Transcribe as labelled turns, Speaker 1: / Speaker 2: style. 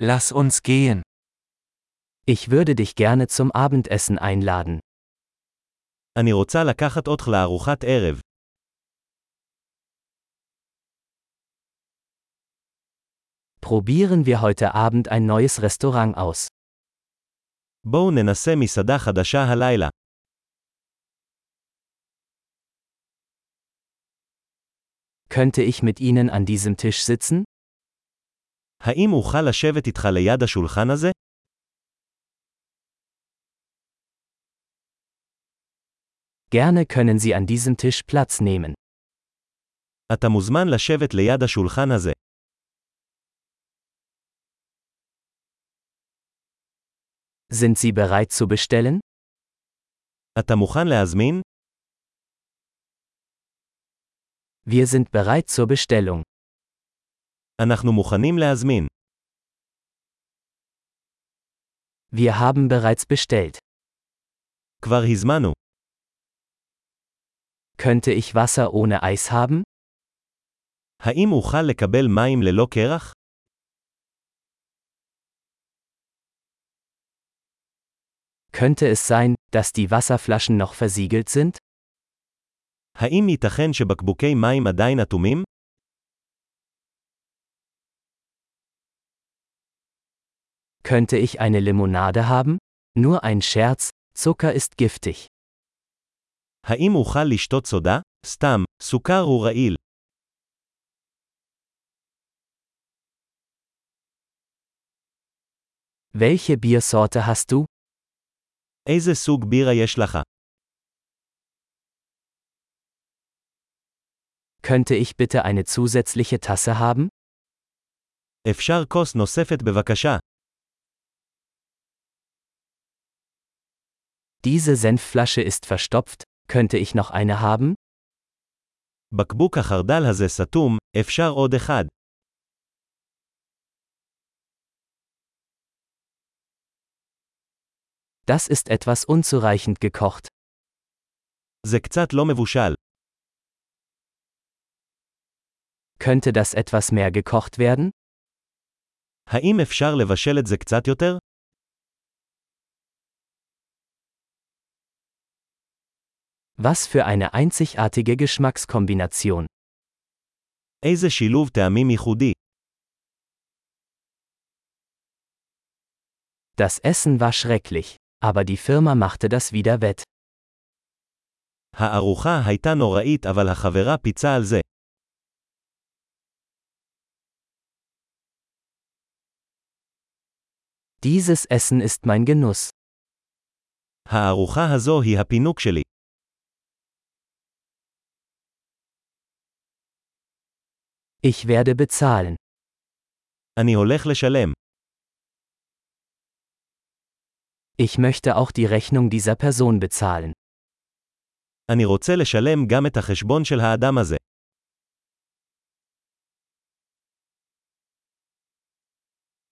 Speaker 1: Lass uns gehen.
Speaker 2: Ich würde dich gerne zum Abendessen einladen.
Speaker 3: אני רוצה לקחת אותך לארוחת ערב.
Speaker 2: Probieren wir heute Abend ein neues Restaurant aus.
Speaker 3: בואו ננסה מסעדה חדשה הלילה.
Speaker 2: Könnte ich mit Ihnen an diesem Tisch sitzen?
Speaker 3: האם אוכל לשבת איתך ליד השולחן הזה?
Speaker 2: Gerne können Sie an diesem Tisch Platz nehmen.
Speaker 3: אתה מוזמן לשבת ליד השולחן הזה.
Speaker 2: Sind Sie bereit zu bestellen?
Speaker 3: אתה מוכן להזמין?
Speaker 2: Wir sind bereit zur Bestellung.
Speaker 3: אנחנו מוכנים להזמין.
Speaker 2: Wir haben bereits bestellt.
Speaker 3: כבר הזמנו.
Speaker 2: Könnte ich Wasser ohne Eis haben?
Speaker 3: האם אוכל לקבל מים ללא קרח?
Speaker 2: Könnte es sein, dass die Wasserflaschen noch versiegelt sind?
Speaker 3: האם ייתכן שבקבוקי מים עדיין אטומים?
Speaker 2: Könnte ich eine Limonade haben? Nur ein Scherz, Zucker ist giftig.
Speaker 3: האם אוכל לשתות סודה? סתם, סוכר הוא רעיל.
Speaker 2: Welche Biersorte hast du?
Speaker 3: איזה סוג בירה יש לך?
Speaker 2: Könnte ich bitte eine zusätzliche Tasse haben?
Speaker 3: אפשר כוס נוספת בבקשה.
Speaker 2: Diese Senfflasche ist verstopft, könnte ich noch eine haben?
Speaker 3: בקבוק החרדל הזה סתום, אפשר עוד אחד.
Speaker 2: Das ist etwas unzureichend gekocht.
Speaker 3: זה קצת לא מבושל.
Speaker 2: Könnte das etwas mehr gekocht werden?
Speaker 3: האם אפשר לבשל את זה קצת יותר?
Speaker 2: Was für eine einzigartige Geschmackskombination.
Speaker 3: איזה שילוב טעמים ייחודי.
Speaker 2: Das Essen war schrecklich, aber die Firma machte das wieder wett.
Speaker 3: הארוחה הייתה נוראית אבל החברה פיצה על זה.
Speaker 2: Dieses Essen ist mein Genuss.
Speaker 3: הארוחה הזו היא הפינוק שלי.
Speaker 2: Ich werde bezahlen.
Speaker 3: אני הולך לשלם.
Speaker 2: Ich möchte auch die Rechnung dieser Person bezahlen.
Speaker 3: אני רוצה לשלם גם את החשבון של האדם הזה.